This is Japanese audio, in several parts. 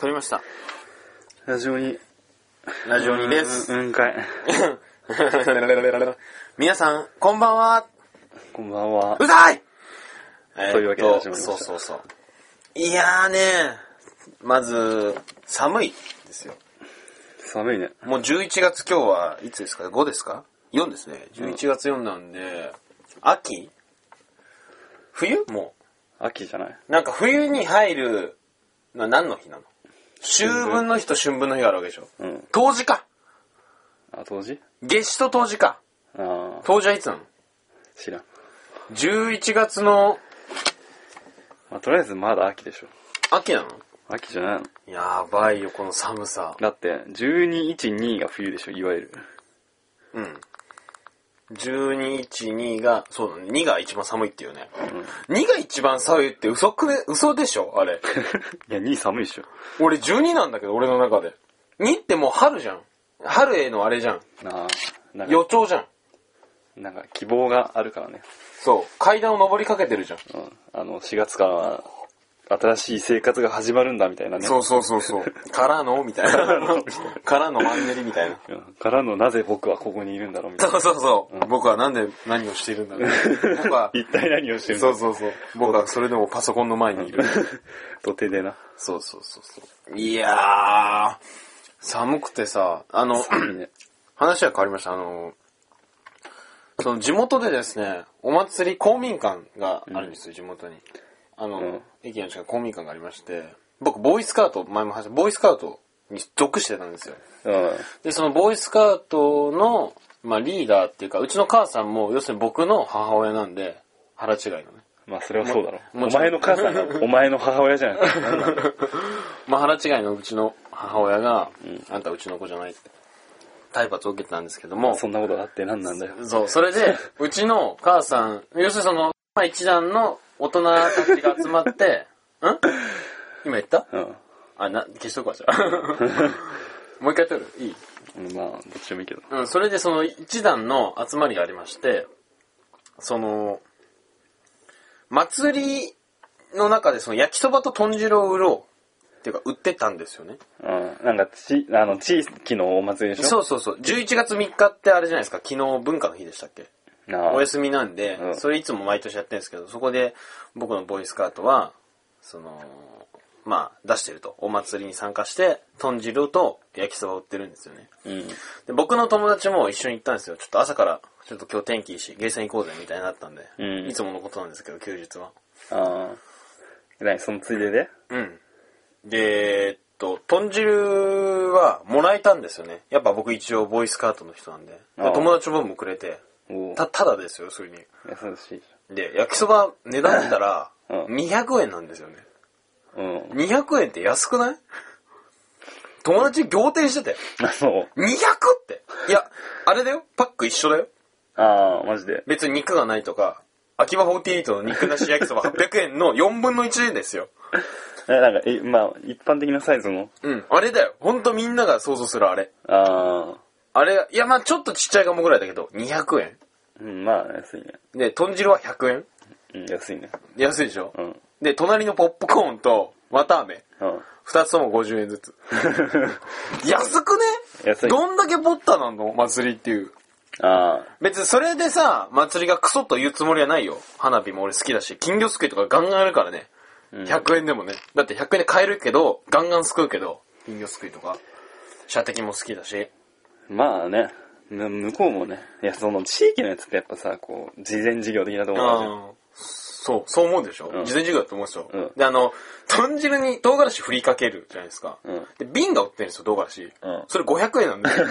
撮りました。ラジオに。ラジオにです。うん、うんかい。 皆さん、こんばんは。こんばんはう。ざいというわけで始まりましたそうそうそう。いやーね、まず、寒いですよ。寒いね。もう11月今日はいつですか ?5 ですか ?4 ですね。11月4なんで、秋冬も。秋じゃないうなんか冬に入るのは何の日なの秋分の日と春分の日があるわけでしょうん。冬至かあ、当時夏至と冬至かああ、冬至はいつなの知らん。 11月のまあ、とりあえずまだ秋でしょ。秋なの秋じゃないの。やばいよ、この寒さ。だって、12、1、2が冬でしょ、いわゆる。うん。12、1、2が、そうだね、2が一番寒いっていうね。2が一番寒いって嘘くね、嘘でしょあれ。いや、2寒いっしょ。俺12なんだけど、俺の中で。2ってもう春じゃん。春へのあれじゃん。なあ、なんか予、兆じゃん。なんか希望があるからね。そう。階段を登りかけてるじゃん。うん。あの、4月からは、新しい生活が始まるんだ、みたいなね。そうそうそうそう。 からのみたい な。からのマンネリみたいな。うん。からの、なぜ僕はここにいるんだろう、みたいそな。うそうそう。僕はなんで何をしているんだろう。僕は、一体何をしてるんそだうそうそう。僕はそれでもパソコンの前にいる。土手でな。そうそうそうそう。いやー、寒くてさ、あの、 いいね。話は変わりました。あの、その地元でですね、お祭り公民館があるんですよ、地元に。あの、うん駅の近くに公民館がありまして、僕、ボーイスカウト、前も話した、ボーイスカウトに属してたんですよ。うん。で、そのボーイスカウトの、まあ、リーダーっていうか、うちの母さんも、要するに僕の母親なんで、腹違いのね。まあ、それはそうだろ。もおちろん前の母さん が、お前の母親じゃない。まあ、腹違いのうちの母親が、あんたうちの子じゃないって、体罰を受けてたんですけども、そんなことあって何なんだよ。そう、それ で、うちの母さん、要するにその、まあ一団の大人たちが集ま って、ん今言ったうん。あ、な、消しとくわ、じゃ あ。もう一回撮るいいうんまあ、どっちでもいいけど。うん、それでその一団の集まりがありまして、その、祭りの中でその焼きそばと豚汁を売ろうっていうか売ってたんですよね。うん。なんか、ち、あの、地域のお祭りでしょそうそうそう。11月3日ってあれじゃないですか。昨日文化の日でしたっけなあお休みなんで、うんそれいつも毎年やってるんですけど、そこで僕のボーイスカートは、その、まあ、出してると。お祭りに参加して、豚汁と焼きそばを売ってるんですよね。うん。で、僕の友達も一緒に行ったんですよ。ちょっと朝から、ちょっと今日天気いいし、ゲーセン行こうぜみたいになったんで、うんいつものことなんですけど、休日は。ああ。なに、そのついででうん。で、えっと、豚汁はもらえたんですよね。やっぱ僕一応ボーイスカートの人なんで。あであ友達の分もくれて、おお。た、ただですよ、それに。優しい。で、焼きそば値段見たら、 うん200円なんですよね。うん。 200円って安くない友達仰天してて、あ、そう。 200っていや、あれだよ、パック一緒だよ。ああ、マジで。別に肉がないとか、秋葉48の肉なし焼きそば800円の4分の1ですよ。え、なんか、え、まあ、一般的なサイズの。うん、あれだよ。ほんとみんなが想像するあれ。ああ。あれ、いやまあちょっとちっちゃいかもぐらいだけど、200円。うん、まあ、安いね。で、豚汁は100円うん、安いね。安いでしょ、うん。でで、隣のポップコーンと綿飴。うん。二つとも50円ず つ。安くね安いどんだけボッタなの祭りっていう。ああ。別にそれでさ、祭りがクソと言うつもりはないよ。花火も俺好きだし、金魚すくいとかガンガンやるからね。うん100円でもね。だって100円で買えるけど、ガンガンすくうけど、金魚すくいとか。射的も好きだし。まあね。む向こうもね。いや、その地域のやつってやっぱさ、こう、事前事業的なところあるじゃん。うんそう、そう思うでしょ、うん事前授業だと思うでしょ、うんで、あの、豚汁に唐辛子振りかけるじゃないですか。うんで、瓶が売ってるんですよ、唐辛子。うんそれ500円なん だよ。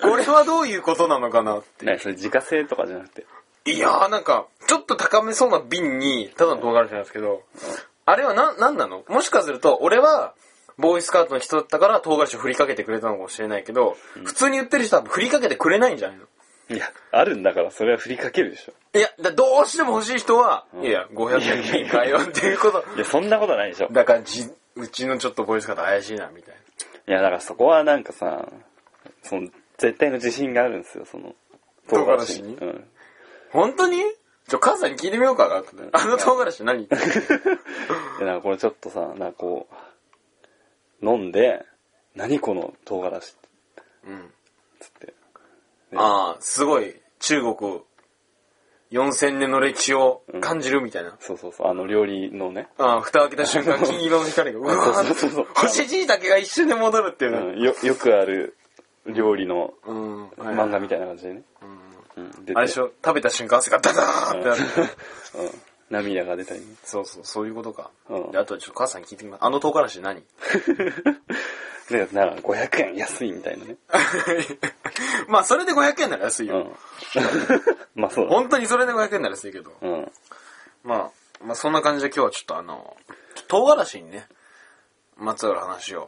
これはどういうことなのかなって。ね、それ自家製とかじゃなくて。いやー、なんか、ちょっと高めそうな瓶に、ただの唐辛子なんですけど、あれはな、なんなのもしかすると、俺は、ボーイスカートの人だったから唐辛子を振りかけてくれたのかもしれないけど、普通に売ってる人は振りかけてくれないんじゃないのいや、あるんだから、それは振りかけるでしょ。いや、だどうしても欲しい人は、んいや、500円でいいかよっていう こと。いや、そんなことないでしょ。だからじ、うちのちょっとボイス方怪しいな、みたいいや、だからそこはなんかさ、その、絶対の自信があるんですよ、その、唐辛子にうん。な。本当にちょ、母さんに聞いてみようかなって。 あの唐辛子何いや、なんかこれちょっとさ、なんかこう、飲んで、何この唐辛子ってうん。つって。ああ、すごい、中国、4000年の歴史を感じるみたいな。そうそうそう、あの料理のね、ああ、蓋を開けた瞬間、 金色の光が、うわそうそうそうー干し椎茸が一瞬で戻るっていううね。ん、よ、よくある料理のうん。漫画みたいいな感じでね。うん。出てな。あれでしょ、食べた瞬間汗がダダーってなる。うん。涙が出たりね。そうそう、そういうことか。うんであとちょっと母さんに聞いてみます。あの唐辛子 何で、なら500円安いみたいなね。まあ、それで500円なら安いうよ。ん。 まあそうだ。本当にそれで500円なら安いけど。うん。まあ、まあそんな感じで今日はちょっとあの、唐辛子にね、まつわる話 を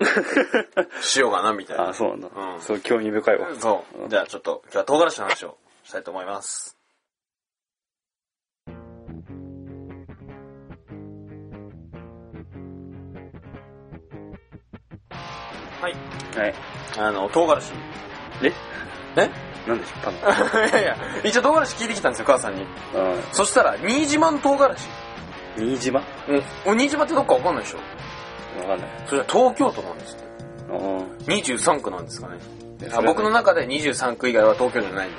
しようかなみたいな。あ、そうなんだ。うんそう、興味深いわ。そう。じゃあちょっと今日は唐辛子の話をしたいと思います。はい。はい。あの、唐辛子。ええ なんで引っ張んいやいや、一応唐辛子聞いてきたんですよ、母さんに。のうん。そしたら、新島の唐辛子。新島わうん。お新島ってどっかわかんないでしょかんない。それは東京都なんですって。うん。 23区なんですかね。であ僕の。中で23区以外は東京じゃないんで。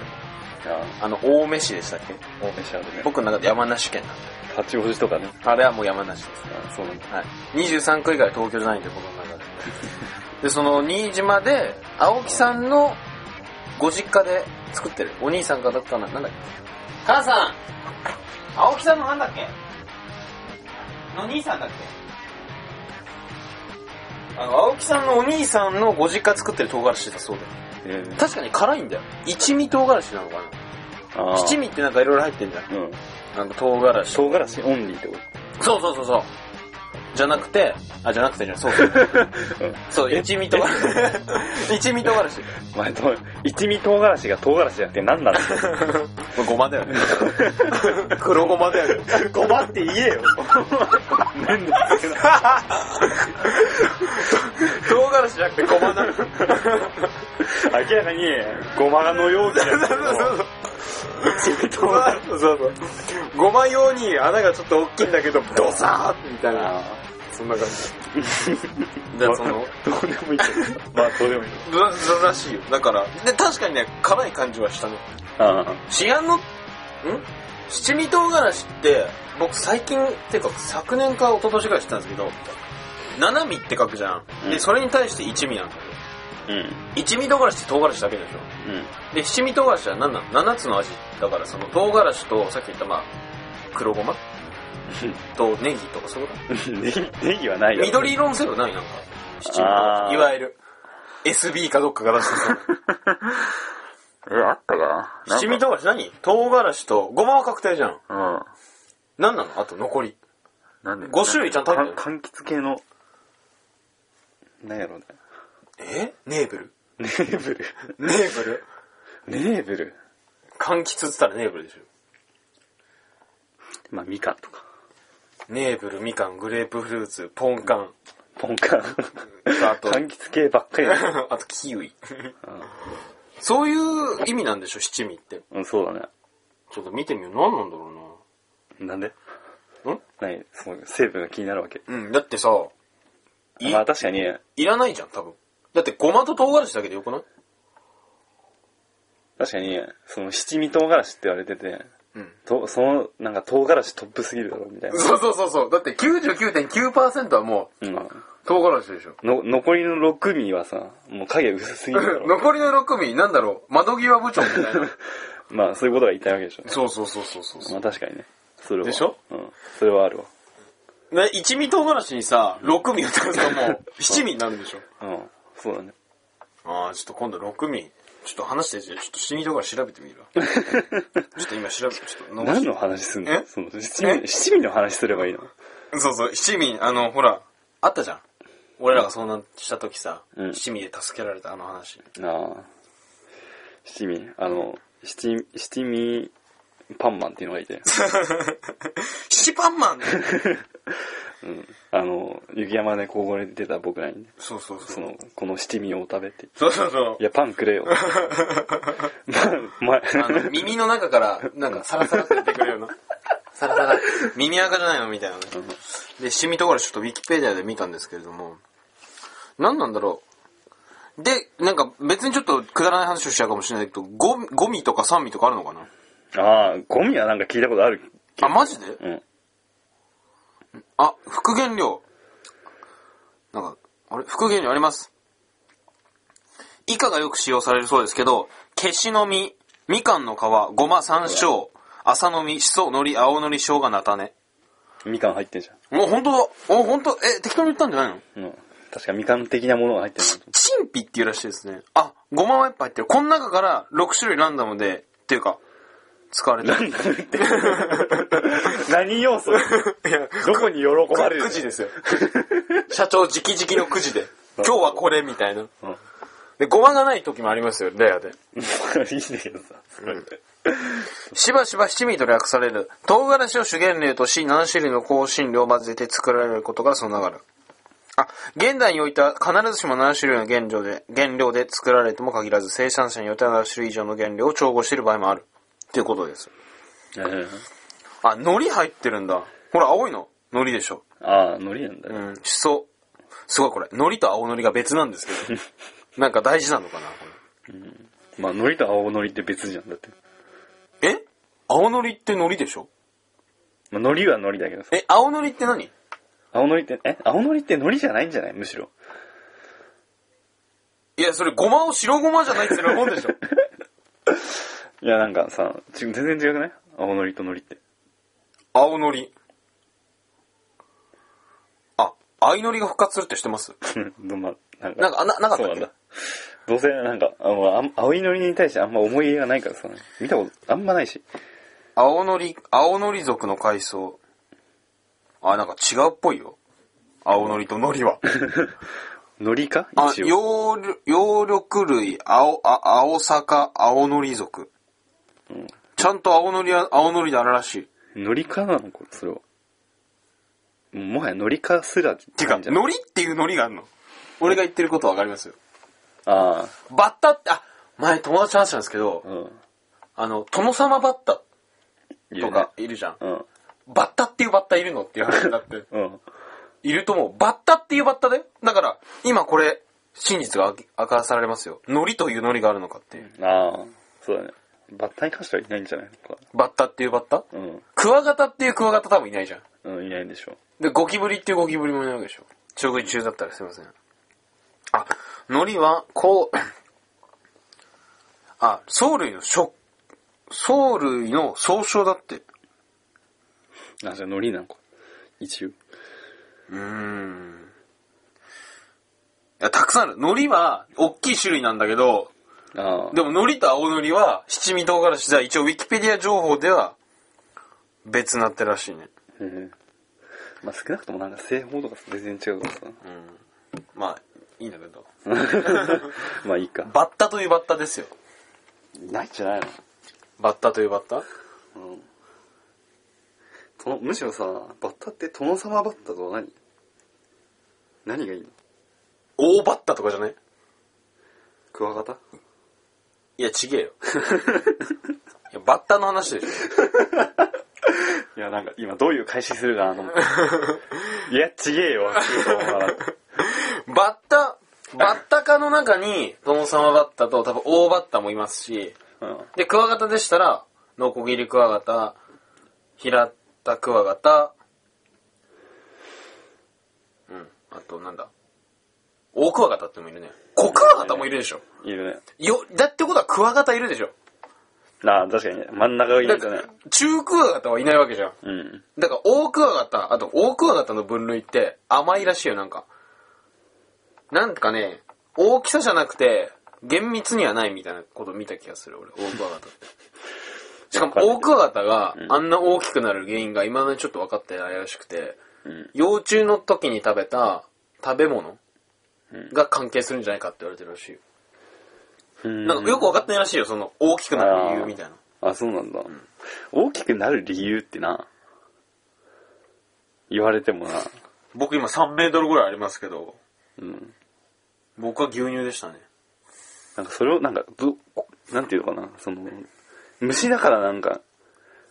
それがいやあの、青梅市でしたっけお召し上がりね。僕の中で山梨県なんで。八王子とかね。あれはもう山梨です。あそうなんだ。はい。23区以外は東京じゃないんで、僕の 中で。で、その、新島で、青木さんのご実家で作ってる。お兄さんかだったかな。なんだっけ母さん青木さんのなんだっけの兄さんだっけあの、青木さんのお兄さんのご実家作ってる唐辛子だそうだよ。え確かに辛いんだよ。一味唐辛子なのかあなー七味ってなんかいろいろ入ってんじゃん。うん。なんか唐辛子。唐辛子オンリーってこそうそうそうそう。じゃなくて、あ、じゃなくてじゃない、そうそう。 そう、一味唐辛子。一味唐辛子。と。前と、一味唐辛子が唐辛子じゃなくて何なんだこれごまだよね。 黒ごまだよね。ごまって言えよ。なんで唐辛子じゃなくてごまだ。 明らかに、ごまの容器だそう そうそう。そうそう。ごま用に穴がちょっと大きいんだけど、ドサーってみたいな。あそんな感じ。じゃーあその、どうでもいいけど。まあ、どうでもいいけららしいよ。だから、で、確かにね、辛い感じはしたね。ど。あ市販の、ん七味唐辛子って、僕最近、っていうか昨年か一昨年ぐらい知ったんですけど、七味って書くじゃん。うんで、それに対して一味なんだよ。うん。うん。一味唐辛子って唐辛子だけでしょ。で、七味唐辛子は何なの七つの味。だからその唐辛子と、さっき言ったまあ、黒ごまとネギとかそういうこ ネギネギはないとよ。緑色のセロないなんか。七味唐辛あ子。ーいわゆる、SB かどっかが出 してそう。え、あったかななんか七味唐辛子何唐辛子と、ごまは確定じゃん。うん。何なのあと残り。なんで5種類ちゃんと入ってるか柑橘系の、なんやろうね。えネーブルネーブル。ネーブル ネーブル。柑橘っつったらネーブルでしょ。まあ、みかんとか。ネーブル、みかん、グレープフルーツ、ポンカン、ポン カン。あと、柑橘系ばっかりだ ね。あとキウイ。そういう意味なんでしょ、七味って。うん、そうだね。ちょっと見てみよう。何なんだろなんでうな。ん何その成分が気になるわけ。うん、だってさ、いまあ、確かに、いらないじゃん、多分。だって、ごまと唐辛子だけでよくない確かに、その七味唐辛子って言われてて、うん。とその、なんか唐辛子トップすぎるだろ、みたいな。そうそうそうそう。だって99.9%はもうん。う唐辛子でしょ。の、残りの6味はさ、もう影薄すぎるだ ろ。残りの6味、なんだろう、窓際部長みたいな。まあ、そういうことが言いたいわけでしょ。そうそうそうそうそうそうまあ、確かにね。それは。でしょうん。それはあるわ。ね、一味唐辛子にさ、六味を足すともう、七味になるでしょ。うん。そうだね。ああ、ちょっと今度六味。ちょっと話して、ちょっと七味唐辛子調べてみ るわ。ちょっと今調べて、ちょっと何の話すんえのその七え味、七味の話すればいいのそうそう、七味、あの、ほら、あったじゃん。俺らが遭難した時さ、うん七味で助けられたあの話。ああ。七味、あの、七味、七味パンマンっていうのがい て、七パンマ ンあの、雪山で高校に出た僕らにね、そうそうそ。そうの、この七味を食べって。そうそうそうい。や、パンくれよ。 ま、あの、耳の中から、なんか、サラサラって出てくるような。サラサラ。耳垢じゃないのみたいなね。で、七味唐辛子ちょっとウィキペディアで見たんですけれども、何なんだろう。で、なんか別にちょっとくだらない話をしちゃうかもしれないけど、ゴミゴミとか酸味とかあるのかな ああ、ゴミはなんか聞いたことあるけどあ、マジでうん。あ、復元量。なんか、あれ復元量あります。以下がよく使用されるそうですけど、消しの実、みかんの皮、ごま、山椒、麻の実、しそ、海苔、青のり、生姜、菜種。みかん入ってんじゃお、本当だ。お、本当え、適当に言ったんじゃないのん。うん。確かみかん的なものが入ってるなと思チンピっていうらしいですね。あ、ごまはやっぱ入ってる。この中から6種類ランダムで、っていうか、使われてる。って。何要素どこに喜ばれるくじですよ。社長直々のくじで。今日はこれみたいな。うん。 で、ごまがない時もありますよ、レアで。いいんだけどさ。しばしば七味と略される。唐辛子を主原料とし、7種類の香辛料を混ぜて作られることからその流れ。あ、現代においては必ずしも7種類の原料で、原料で作られても限らず、生産者によっては7種類以上の原料を調合している場合もある。っていうことです。うんあ、海苔入ってるんだ。ほら、青いの。海苔でしょ。ああ、海苔なんだうね。ん、しそ。すごいこれ。海苔と青海苔が別なんですけど。なんか大事なのかな、こまあ、海苔と青海苔って別じゃん。だって。れ。え青海苔って海苔でしょまあ、海苔は海苔だけどさ。え、青海苔って何青海苔って、え青海苔って海苔じゃないんじゃないむしろ。いや、それ、ごまを白ごまじゃないって言うもんでし ょ。いや、なんかさ、ち全然違くない青海苔と海苔って。 青のり。あ、相のりが復活するって知ってますどんま、なんか。なんか、あな、なかったそうっなんけだ。どうせ、なんか、あのあん青い海苔に対してあんま思い入れがないからさ、見たこと、あんまないし。青のり、青のり族の海藻。あ、なんか違うっぽいよ。青のりとのりは。海苔かあ、 一応。葉緑、葉緑類、青、あ、青坂、青のり族。うんちゃんと青のりは、青のりであるらしい。っ海苔かなのこれそれは。もはや海苔かすら。っていうか、のりっていうのりがあるの。俺が言ってることわかりますよ。あバッタって、あ、前友達と話したんですけどあ、、うん。あの、殿様バッタいといよねか。いるじゃん。うん。バッタっていうバッタいるのっていう話になって。うん。いると思う。バッタっていうバッタだよ。だから、今これ、真実が明明かされますよ。ノリというノリがあるのかっていう。ああ、そうだね。バッタに関してはいないんじゃないのか。バッタっていうバッタうん。クワガタっていうクワガタ多分いないじゃん。うん、いないんでしょで、ゴキブリっていうゴキブリもいないわけでしょ。食事中だったらすいません。あ、ノリは、こう、 あ、藻類の食、藻類の総称だって。う。あ、じゃあ海苔なのか。一応。うーん。いや、たくさんある。海苔は、大きい種類なんだけど、ああ。でも海苔と青海苔は七味唐辛子では一応ウィキペディア情報では別になってるらしいね。うん。まあ少なくともなんか製法とか全然違う からさ。まあ、いいんだけど。まあいいか。バッタというバッタですよ。ないんじゃないのバッタというバッタうんとのむしろさ、バッタって殿様バッタとは何何がいいの大バッタとかじゃないクワガタいや、ちげえよ。いや、バッタの話でしょ。いや、なんか今どういう開始するかなと思って。いや、ちげえよ、バッタ、バッタ科の中に、殿様バッタと多分大バッタもいますし、うん。で、クワガタでしたら、ノコギリクワガタ、平田クワガタ、うん、あとなんだ、大クワガタってのもいるね。小クワガタもいるでしょ。いるね。よ、だってことはクワガタいるでしょ。ああ、確かにね。真ん中がいだるってとね。中クワガタはいないわけじゃん。うん。だから大クワガタ、あと大クワガタの分類って甘いらしいよ、なんか。なんかね、大きさじゃなくて、厳密にはないみたいなこと見た気がする、俺、大クワガタ って。しかも、大クワガタがあんな大きくなる原因が今までちょっと分かってないらしくて、うん。幼虫の時に食べた食べ物が関係するんじゃないかって言われてるらしいよ。うんなんかよく分かってないらしいよ、その大きくなる理由みたいな。あ、そうなんだ。大きくなる理由ってな、言われてもな、僕今3メートルぐらいありますけど、うん。僕は牛乳でしたね。なんかそれを、なんか、ど、なんていうのかな、その、虫だからなんか、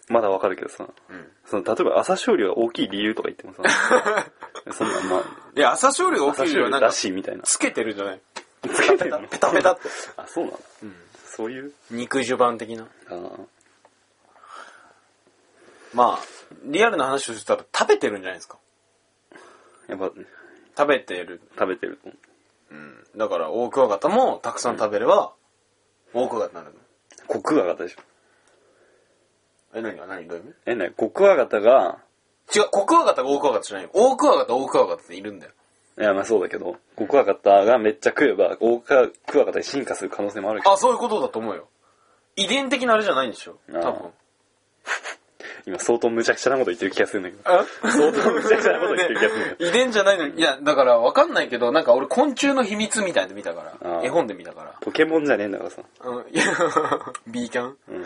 まだわかるけどさ、うん。 その、例えば朝青龍が大きい理由とか言ってもさ、そんな、まあ、いや、朝青龍が起きるよりはなんらか、しいみたいな。つけてるんじゃないつけてるペタペタって。あ、そうなの、そういう肉襦袢的な。あーまあ、リアルな話をしたら食べてるんじゃないですか。やっぱ、食べてる。食べてると思う。だから、大クワガタもたくさん食べれば、大クワガタになるの。コクワガタでしょ。え、何が何どういう意味え、なにコクワガタが、違う、コクワガタが大クワガタじゃないよ。大クワガタ、大クワガタっているんだよ。いや、まあそうだけど、コクワガタがめっちゃ食えば、オオカクワガタに進化する可能性もあるけど、あ、そういうことだと思うよ。遺伝的なあれじゃないんでしょ多ああ分。今相当無茶苦茶なこと言ってる気がするんだけど。え相当無茶苦茶なこと言ってる気がするんだけ遺伝じゃないのに、いや、だからわかんないけど、なんか俺昆虫の秘密みたいなの見たかあら、あ絵本で見たからど。。ポケモンじゃねえんだからさ。うん、いや、B キャンうん。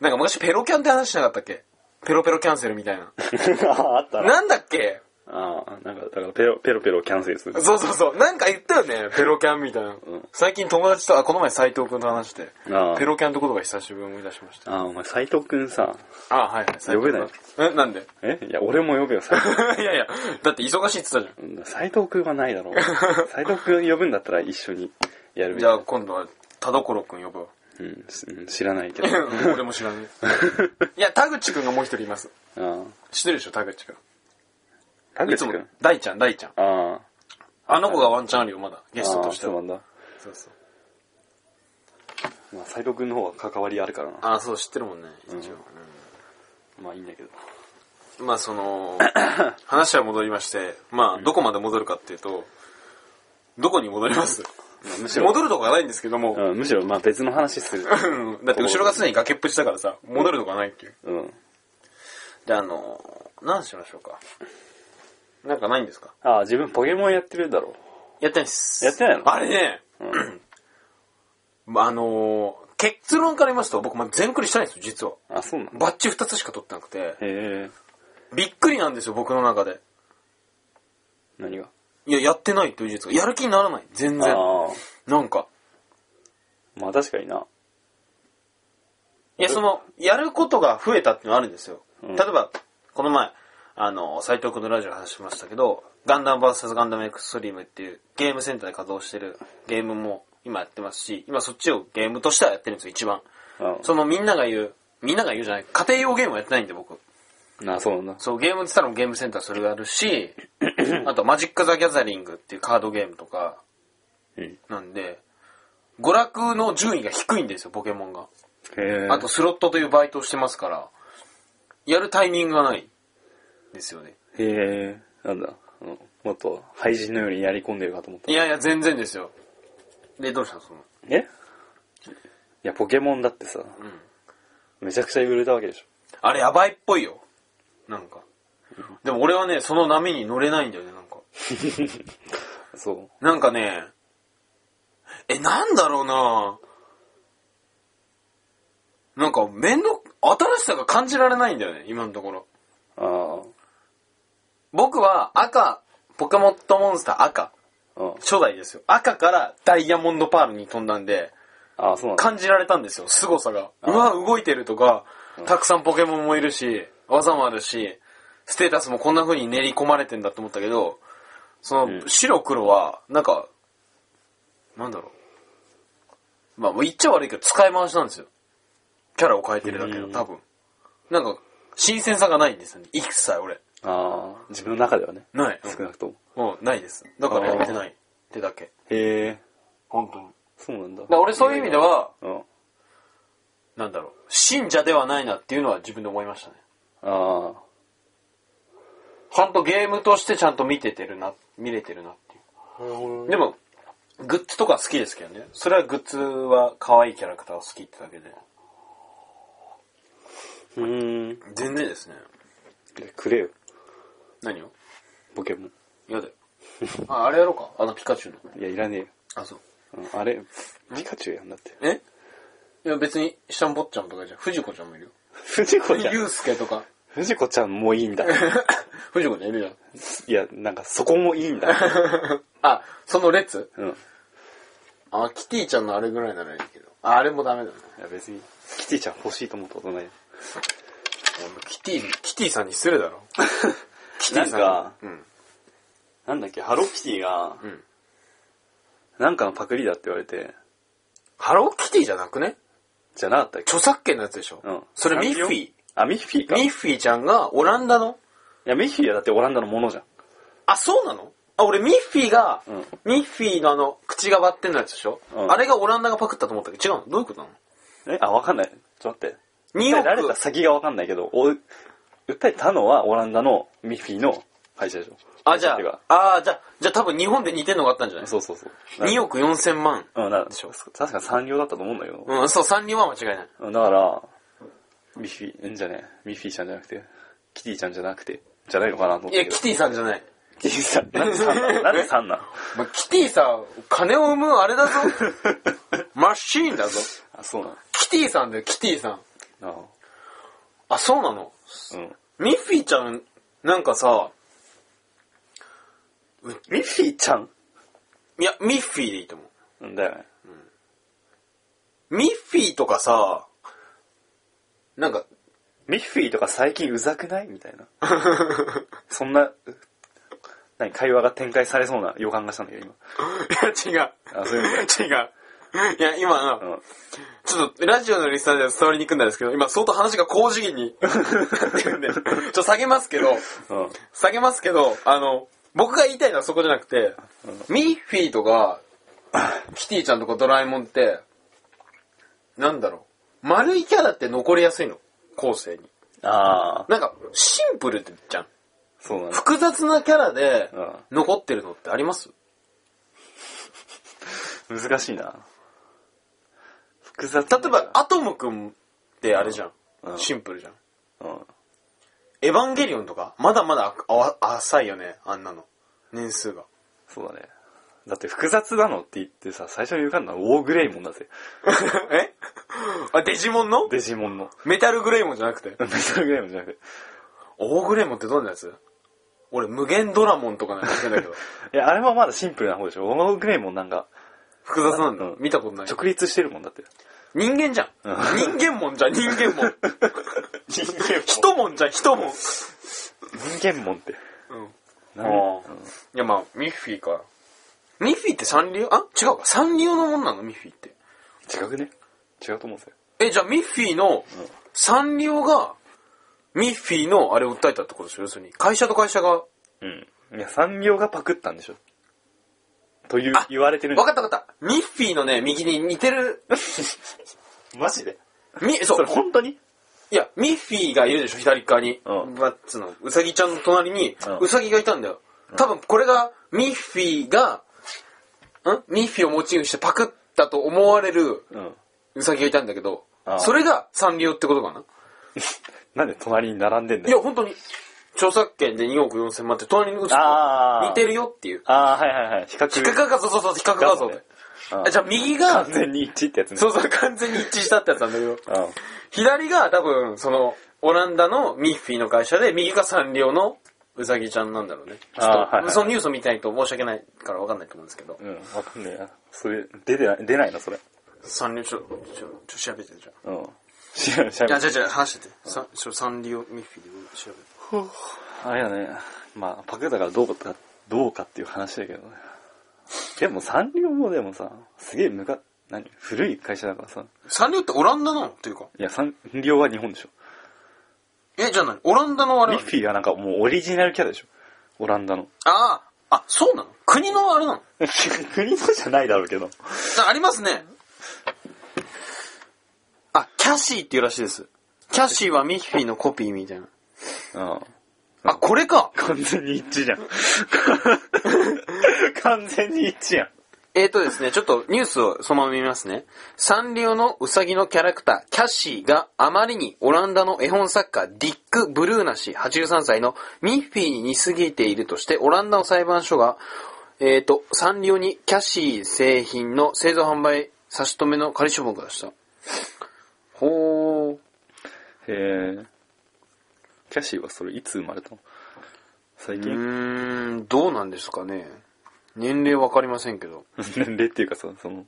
なんか昔ペロキャンって話しなかったっけペロペロキャンセルみたいな。 あ、あったな。なんだっけああ、なんか、だからペロ、ペロペロキャンセルする。そうそうそう。なんか言ったよね、ペロキャンみたいな。ん最近友達と、あ、この前斎藤くんと話して、ああペロキャンってことが久しぶりに思い出しました。ああ、お前斎藤くんさ、あはいはい、斎呼藤くべんないえ、なんで えいや、俺も呼ぶよ、斎藤いやいや、だって忙しいって言ってたじゃ君。斎藤くんはないだろ う。斎藤くん呼ぶんだったら一緒にやるん。べきじゃあ今度は田所くん呼 ぶわ。うんしうん、知らないけど。あうん俺も知らねえ。いや、田口くんがもう一人います。あ。知ってるでしょ、田口くん。田いつ口もくん。大ちゃん、大ちゃん。ああ。あの子がワンチャンあるよ、まだ。ゲストあとあ、してそうは。なんだ。そうそう。まあ、斎藤くんの方は関わりあるからな。ああ、そう、知ってるもんね、一応。まあいいんだけど。うんまあ、その、 話は戻りまして、まあ、どこまで戻るかっていうと、どこに戻りますまあむしろ、戻るとこがないんですけども、うん、むしろ、まあ別の話する。うん だって後ろが常に崖っぷちだからさ、戻るとこがないっていう。うん。で、あの、何しましょうか。なんかないんですか ああ、自分ポケモンやってるだろやってないっす。やってないのあれね、う。うん。まああのー結論から言いますと、僕、まあ全クリしたいんですよ、実は。あ、そうなんだ。バッチ2つしか取ってなくて、へえ。びっくりなんですよ、僕の中で。何がいや、やってないという実は。やる気にならない、全然。ああ。なんか。まあ確かにな。いや、その、やることが増えたっていうのはあるんですよ。うん例えば、この前、あの、斎藤君のラジオで話しましたけど、ガンダム VS ガンダムエクストリームっていうゲームセンターで稼働してるゲームも今やってますし、今そっちをゲームとしてはやってるんですよ、一番。うん。そのみんなが言う、みんなが言うじゃない、家庭用ゲームはやってないんで僕。なあ、そうなんだ。そう、ゲームって言ったらもうゲームセンターそれがある し、あとマジック・ザ・ギャザリングっていうカードゲームとか、うん。へなんで、娯楽の順位が低いんですよ、ポケモンが。え。あと、スロットというバイトをしてますから、やるタイミングがないですよね。へえ。なんだ。あの、もっと、廃人のようにやり込んでるかと思った。いやいや、全然ですよ。で、どうしたのその。えいや、ポケモンだってさ、めちゃくちゃ売れたわけでしあれ、やばいっぽいよ。なんか。でも俺はね、その波に乗れないんだよね、なんか。ょ。そなんかね、え、なんだろうななんか、めんど、新しさが感じられないんだよね、今のところ。う。あ僕は赤、ポケモットモンスター赤、あ。うん。初代ですよ。赤からダイヤモンドパールに飛んだんで、ああ、そうなんだ。感じられたんですよ、凄さが。うわ、動いてるとか、たくさんポケモンもいるし、技もあるし、ステータスもこんな風に練り込まれてんだと思ったけど、その、うん白黒は、なんか、なんだろう。まあ、もう言っちゃ悪いけど、使い回しなんですよ。キャラを変えてるだけうの、ん多分。なんか、新鮮さがないんですよね。一切俺。ああ。自分の中ではね。ない。少なくとも。うん、ないです。だからやってない。ってだけ。へえ。本当に。だかそうなんだ。ら俺そういう意味では、うん。あなんだろう、信者ではないなっていうのは自分で思いましたね。あ。ちゃんとゲームとしてちゃんと見ててるな、見れてるなっていう。でも、グッズとか好きですけどね。それはグッズは可愛いキャラクターを好きってだけで。うーん。全然ですね。くれよ。何をポケモン。嫌だよ。あ、あれやろうか。あのピカチュウの。いや、いらねえよ。あ、そう。うんあれ、ピカチュウやんだって。えいや別に、シャンボッちゃんとかじゃん。藤子ちゃんもいるよ。藤子ちゃゆん。うすけと か。藤子ちゃんもいいんだ。藤子ちゃんいるじゃん。いや、なんかそこもいいんだ。あ、その列うん。いあ、キティちゃんのあれぐらいならいいけど。あ、あれもダメだね。や、別に、キティちゃん欲しいと思ったことない。 キティ、キティさんに失礼だろ。キなんかうん。なんだっけ、ハローキティが、うんなんかのパクリだって言われて、ハローキティじゃなくねじゃなかったっけ著作権のやつでしょ、うんそれミッフィー。あ、ミッフィーか。ミッいフィーちゃんがオランダのや、ミッフィーはだってオランダのものじゃん。あ、そうなのあ、俺ミッフィーが、うんミッフィーのあの、口が割ってんのやつでしょ、うんあれがオランダがパクったと思ったけど、違うのどういうことなのえあ、わかんない。ちょっと待って。 2億訴えられた先がわかんないけど、お訴えたのはオランダのミッフィーの会社でしょ。あ、じゃ会社っていうかあ、あーじゃあ、じゃあ多分日本で似てんのがあったんじゃないそうそうそう。 2億4千万。うん、なんででししょょ確か産業だったと思うんだけど。うん、そう、3人は間違いない。うんだから、ミッフィー、んじゃねえ、ミッフィーちゃんじゃなくて、キティちゃんじゃなくて、じゃないのかなと思っいたや、けど。キティさんじゃない。キティさん、なんでさんなのなんでさんなのまあ、キティさん、金を生むあれだぞ。マシーンだぞ。 あ、そうなのキティさんだよ、キティさん。ああ、そうなの。あうん。ミッフィーちゃん、なんかさ、ミッフィーちゃんいや、ミッフィーでいいと思う。うんだよね。ミッフィーとかさ、なんか、 ミッフィーとか最近うざくないみたいな。そんな、う何、会話が展開されそうな予感がしたんだけど、いや、違う。あそういう 違う。いや、今あの、今。うん。ちょっと、ラジオのリスナーでは伝わりにくいんですけど、今相当話が高次元 になってるんで、ちょっと下げますけど、うん。下げますけど、あの、僕が言いたいのはそこじゃなくて、ミッフィーとか、キティちゃんとかドラえもんって、なんだろう。丸いキャラって残りやすいの。後世に。ああ、なんか、シンプルじゃん。そうなの。複雑なキャラでうん残ってるのってあります 難しいな。複雑例だなえば、、アトムくんってあれじゃん。うんシンプルじゃん。うん。エヴァンゲリオンとか、まだまだあわ浅いよね、あんなの。年数 が。そうだね。だって複雑なのって言ってさ、最初に浮かんだのはウォーグレイモンだぜ。えあ、デジモンのデジモ ンの。メタルグレイモンじゃなくて。メタルグレイモンじゃなくて。オーグレイモンってどんなやつ俺、無限ドラモンとかなんか言ってん だけど。いや、あれはまだシンプルな方でしょ。ウォーグレイモンなんか、複雑なんうだん。見たことない。直立してるもんだって。人間じゃん。人間もんじゃん、人間もん。 人間人もんじゃん、人もん。人間モンって。うん。あなあ。いや、まあ、ミッフィーか。ミッフィーって三流あ違うか。三流のもんなのミッフィーって。違くね違うと思うんですよ。え、じゃあミッフィーの、三流が、ミッフィーのあれを訴えたってことでしょ要するに。会社と会社が。うん。いや、産業がパクったんでしょ。というあ、言われてるんわかったわかった。ミッフィーのね、右に似て る。マジでみ、そそうれ、本当にいや、ミッフィーがいるでしょ、左側に。うんバッツの。ウサギちゃんの隣にうん、ウサギがいたんだよ。多分これが、ミッフィーが、んミッフィーをモチーフにしてパクったと思われるうん。ウサギがいたんだけどああ、それがサンリオってことかななんで隣に並んでんだいよ。や、本当に、著作権で2億4千万って隣に映ってああ似てるよっていう。ああ、はいはいはい。比較。比較画像、そうそう、比較画像で。うんあじゃあ右が完、全に一致ってやつね。そうそう、完全に一致したってやつなんだけど、うん。左が多分、その、オランダのミッフィーの会社で、右がサンリオのウサギちゃんなんだろうね。ちょっとあーはいはいそのニュースを見てないと申し訳ないから分かんないと思うんですけど。うん、わかんねえな。それ、出てない、出ないな、それ。サンリオ、ちょ、ちょ、ちょ、調べてじゃあ。うん。知らん、知いや、らん。じゃあじゃあ話してて。さちょサンリオミッフィーで調べて。あれだね。まあ、パクだからどうか、どうかっていう話だけどね。でも、サンリオもでもさ、すげえむか、何古い会社だからさ。サンリオってオランダなのっていうか。いや、サンリオは日本でしょ。え、じゃあ何オランダのあれミはッフィーはなんかもうオリジナルキャラでしょ。オランダの。ああ、あ、そうなの国のあれなの国のじゃないだろうけど。あありますね。あ、キャシーっていうらしいです。キャシーはミッフィーのコピーみたいな。うん。あ、これか。完全に一致じゃん。 完全に一致やん。えーとですね、ちょっとニュースをそのまま見ますね。サンリオのウサギのキャラクター、キャシーがあまりにオランダの絵本作家ディック・ブルーナ氏83歳のミッフィーに似すぎているとして、オランダの裁判所が、えーと、サンリオにキャシー製品の製造販売差し止めの仮処分を出した。ほー。へえ。キャシーはそれいつ生まれたの最う近ーん、どうなんですかね。年齢わかりませんけど。年齢っていうかさ、その、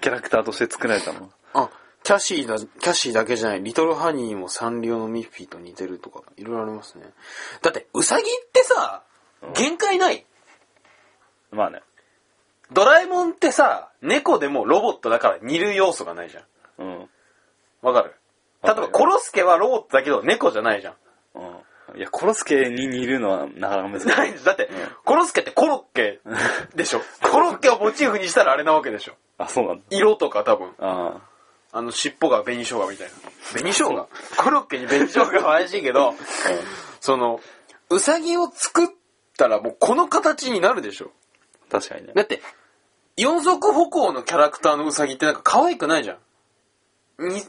キャラクターとして作られたの。あ、キャシーだ、キャシーだけじゃない、リトルハニーもサンリオのミッフィーと似てるとか、いろいろありますね。だって、ウサギってさ、限界ない。まあね。ドラえもんってさ、猫でもロボットだから似る要素がないじゃん。うん。わかる例えわかば、るよコロスケはロボットだけど猫じゃないじゃん。うん。いや、コロスケに似るのはなかなか難しい。ないだって、コロスケってコロッケでしょ。コロッケをモチーフにしたらあれなわけでしょ。 あ、そうなんだ。色とか多分、ああの、尻尾が紅生姜みたい な。紅生姜コロッケに紅生姜は怪しいけど、あ。うん。その、うさぎを作ったらもうこの形になるでしょ。確かにね。だって、四足歩行のキャラクターのウサギってなんか可愛くないじゃん。に、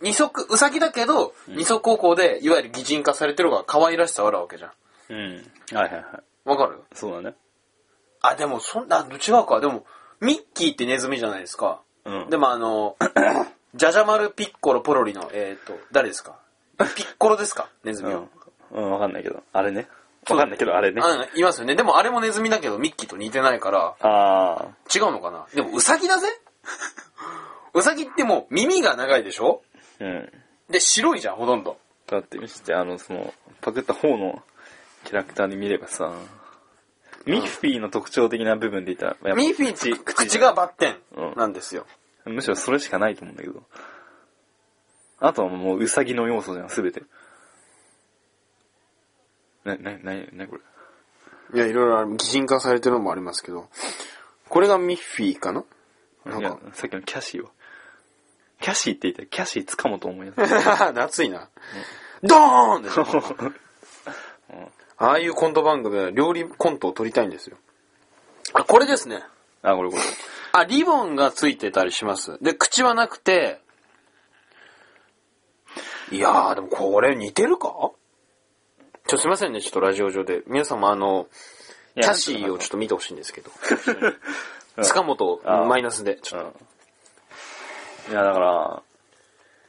二足、ウサギだけど、二足歩行で、いわゆる擬人化されてる方が可愛らしさはあるわけじゃん。うん。はいはいはい。わかるそうだね。あ、でも、そんな、あ違うか。でも、ミッキーってネズミじゃないですか。うんでも、あの、 ジャジャマルピッコロポロリの、えっ、と、誰ですかピッコロですかネズうミは。ん。うん、わかんないけど。あれね。わかんないけど、あれね。あいますよね。でもあれもネズミだけど、ミッキーと似てないから、あ違うのかなでも、ウサギだぜ ウサギってもう耳が長いでしょー。うん。で、白いじゃん、ほとんど。だって見せて、あの、その、パクった方のキャラクターで見ればさ、ミッフィーの特徴的な部分で言ったら、やっぱミーフィーチ、 口がバッテンなんですよ。むしろそれしかないと思うんだけど。あとはもうウサギの要素じゃん、すべて。な、な、な、な、これ。いや、いろいろある擬人化されてるのもありますけど、これがミッフィーかないや、さっきのキャシーは。キャシーって言ったらキャシーつかもと思い出す。 夏いな。ドーンでしょん ああいうコント番組で料理コントを撮りたいんですよ。あ、これですね。あ、これこれ。あ、リボンがついてたりします。で、口はなくて、いやー、でもこれ似てるかちょ、すいませんね、ちょっとラジオ上で。皆様、あの、いキやャシーをちょっと見てほしいんですけど。 塚本あーマイナスで。ちょっうん。いや、だから、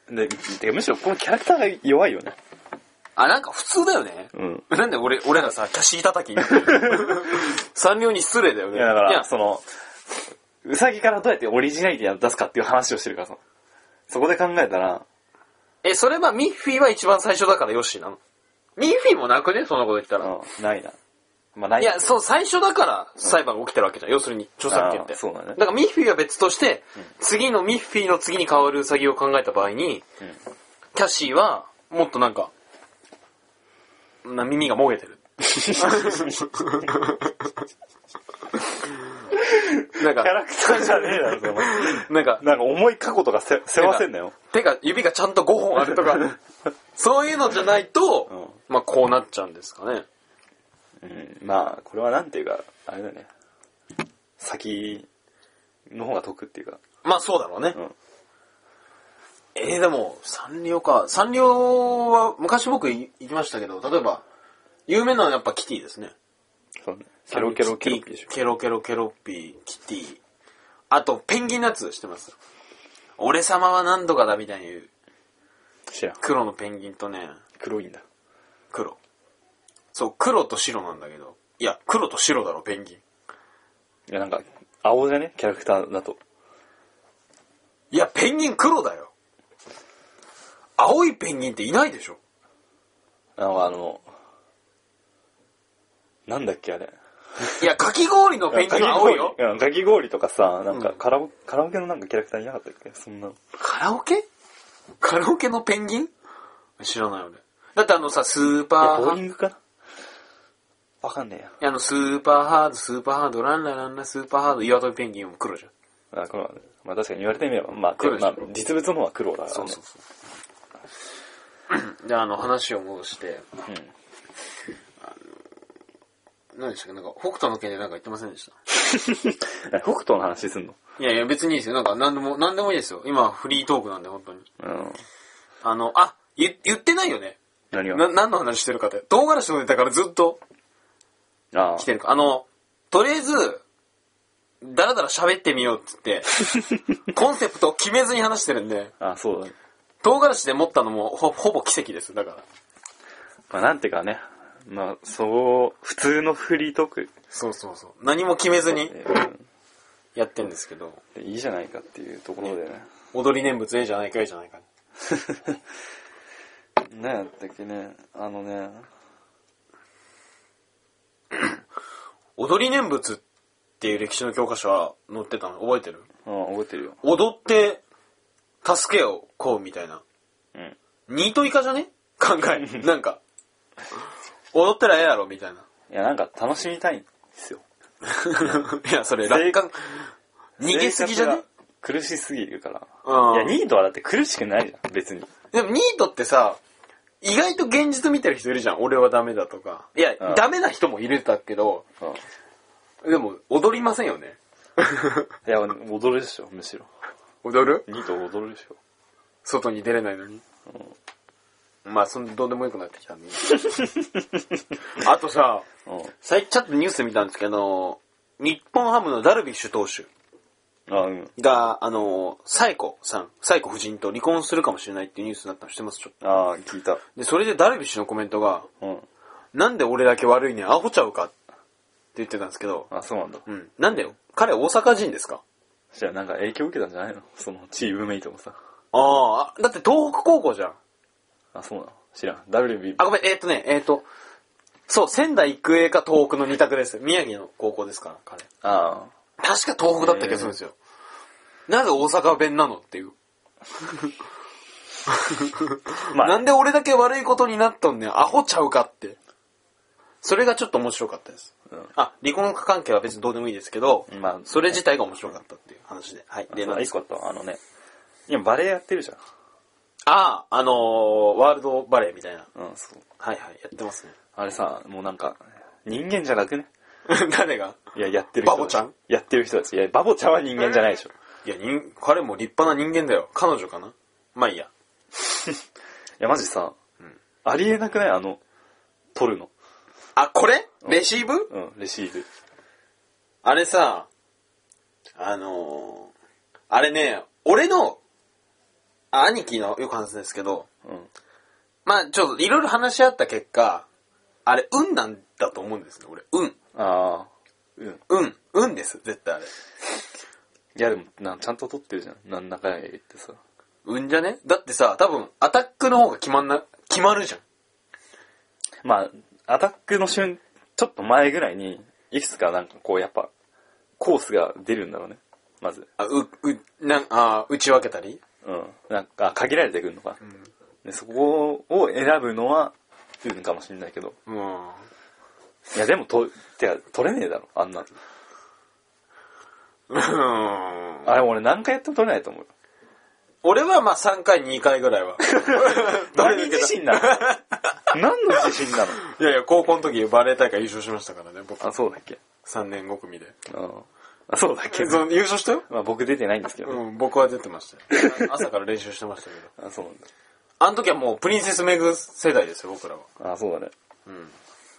で、てかむしろこのキャラクターが弱いよね。とあ、なんか普通だよね。うん。なんで俺、俺らさ、キャシー叩 き三両に失礼だよいね。や、だから、その、うさぎからどうやってオリジナリティを出すかっていう話をしてるからさ。そこで考えたら、え、それはミッフィーは一番最初だからヨッシーなのミッフィーもなくねそんなこと言ったら。うん、ないな。まあ、ないいや、そう、最初だから裁判が起きてるわけじゃん。要するに、著作権って。あーそうだねからミッフィーは別として、次のミッフィーの次に変わるウサギを考えた場合に、うんキャシーは、もっとなんか、な耳がもげて る。なんかキャ、ラクターじゃねえだろ、そのなんか、なんか重い過去とかせ背負わせんなよ。手が、指がちゃんと5本あると か、そういうのじゃないと、うまあこうなっちゃうんですかね。うん、まあ、これはなんていうか、あれだね。先の方が得っていうか。まあそうだろうね。うん。えー、でも、サンリオか。サンリオは、昔僕い行きましたけど、例えば、有名なのはやっぱキティですね。そうね。ケロケロケロキッテでィしょ。ケロケロケロッピー、キティ。あと、ペンギンのやつしてます。俺様は何度かだみたいに言う。知らん。黒のペンギンとね、黒いんだ。黒。そう、黒と白なんだけど。いや、黒と白だろ、ペンギン。いや、なんか、青じゃねキャラクターだと。いや、ペンギン黒だよ。青いペンギンっていないでしょ。なんかあの、なんだっけあれ。いや、かき氷のペンギンは青いよ。うんかき氷とかさ、なんかうんカラオ、カラオケのなんかキャラクターいなかったっけそんなの。カラオケカラオケのペンギン知らない俺。だってあのさ、スーパいや、ーボハーーリングかなわかんねえや。あの、スーパーハード、スーパーハード、ランラランラ、スーパーハード、岩飛びペンギンも黒じゃん。あ、この、まあ確かに言われてみれば、まあ、黒でしまょあ、実物の方は黒だからね。そう。で、あの、話を戻して、うん。何でしたっけなんか、北斗の拳でなんか言ってませんでした え北斗の話すんのいやいや、別にいいですよ。なんか、なんでも、なんでもいいですよ。今、フリートークなんで、本当に。うん。あの、あ、言、言ってないよね。何がな、何の話してるかって。唐辛子のネタからずっとああ来てるか。あの、とりあえず、だらだら喋ってみようって言 って、コンセプトを決めずに話してるんで、あ、そうだね。唐辛子で持ったのもほほぼ奇跡です。だから。まあ、なんていうかね。まあ、そう、普通のフリートーク。そうそうそう。何も決めずにえーやってんですけど、でいいじゃないかっていうところでね。踊り念仏ええじゃないかええじゃないか。ねやったっけね。あのね。踊り念仏っっていう歴史の教科書は載ってたの覚えてるうん、覚えてるよ。踊って、助けをこうみたいな。うん。ニート以下じゃね考 え。なんか。踊ったらええやろみたいな。 いや、なんか楽しみたいんですよ。いや、それ、楽観。逃げすぎじゃ生ね活が苦しすぎるから。うんいや、ニートはだって苦しくないじゃん、別に。でもニートってさ、意外と現実見てる人いるじゃん。俺はダメだとか。いや、うんダメな人もいるたけど、うん。でも踊りませんよね。いや、踊るでしょ、むしろ。踊るニートは踊るでしょ。外に出れないのに。まあ、そんどうでもよくなって きたね。あとさ、うさいちょっとニュース見たんですけど、日本ハムのダルビッシュ投手ん。あ、うん。が、あの、サイコさん、サイコ夫人と離婚するかもしれないっていうニュースになったの知ってますちょっと。ああ、聞いた。で、それでダルビッシュのコメントが、うん。なんで俺だけ悪いねんアホちゃうかって言ってたんですけど、あ、そうなんだ。うん。なんでよ彼大阪人ですかじゃあなんか影響受けたんじゃないのそのチームメイトもさ。ああ、だって東北高校じゃん。あ、そうなの知らん。WB。あ、ごめん、えーっ、とね、えーっ、と、そう、仙台育英か東北の二択です。宮城の高校ですから、彼。あ確か東北だった気がするんですよ。なぜ大阪弁なのって いう。あ。まなあ、んで俺だけ悪いことになっとんねん、アホちゃうかって。それがちょっと面白かったです。うんあ、離婚関係は別にどうでもいいですけど、まあそれ自体が面白かったっていう話で。はい。で、あ何一個あったわあのね、今バレエやってるじゃん。ああ、あのー、ワールドバレーみたいな。うん、そう。はいはい、やってますね。あれさ、もうなんか、人間じゃなくね。 誰がいや、やってる人たち。バボちゃんやってる人たち。いや、バボちゃんは人間じゃないでしょ。いや、人、彼も立派な人間だよ。彼女かなまあいいや。いや、マジさ、んありえなくないあの、取るの。あ、これレシーブうん、レシーブ。あれさ、あのー、あれね、俺の、あ兄貴のよく話すんですけど、うん。まあちょっといろいろ話し合った結果、あれ、運なんだと思うんですね、俺。運。ああ。うん。運。運です、絶対あれ。いや、でも、なちゃんと取ってるじゃん。なんだかんや言ってさ。運じゃねだってさ、多分、アタックの方が決まんな、決まるじゃん。まあ、アタックの瞬、ちょっと前ぐらいに、いくつかなんかこう、やっぱ、コースが出るんだろうね。まず。あ、う、う、なん、あー打ち分けたりうん。なんか、あ限られてくるのか。でそこを選ぶのは、うんかもしれないけど。うん。いや、でも、と、てか、取れねえだろ、あんな。うん。あれ、俺何回やっても取れないと思うよ。俺はまあ3回、2回ぐらい は。何自信なの何の自信なのいやいや、高校の時バレー大会優勝しましたからね、僕。あ、そうだっけ3年5組で。うん。あ、そうだっけその優勝したよまあ僕出てないんですけどね。うん、僕は出てましたよ。 あ朝から練習してましたけど。あ、そうなんだ。あの時はもうプリンセスメグ世代ですよ、僕らは。あ、そうだね。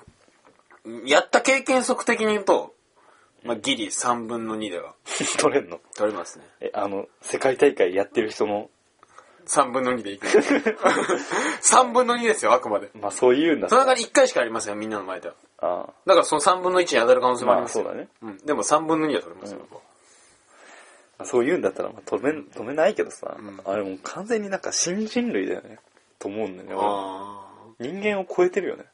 やった経験則的に言うと、まあ、ギリ3分の2では取れんの取れますね。え、あの、世界大会やってる人の、 3分の2でいく。3分の2ですよ、あくまで。まあそういうんだっそたのら中に1回しかありませんよ、みんなの前では。あだからその3分の1に当たる可能性あもありまあますそうよ。だね。うん、でも3分の2は取れますよ、僕はそういうんだったら、まあ止め、止めないけどさ、んあれもう完全になんか新人類だよね。と思うんだよね俺は。あ人間を超えてるよね。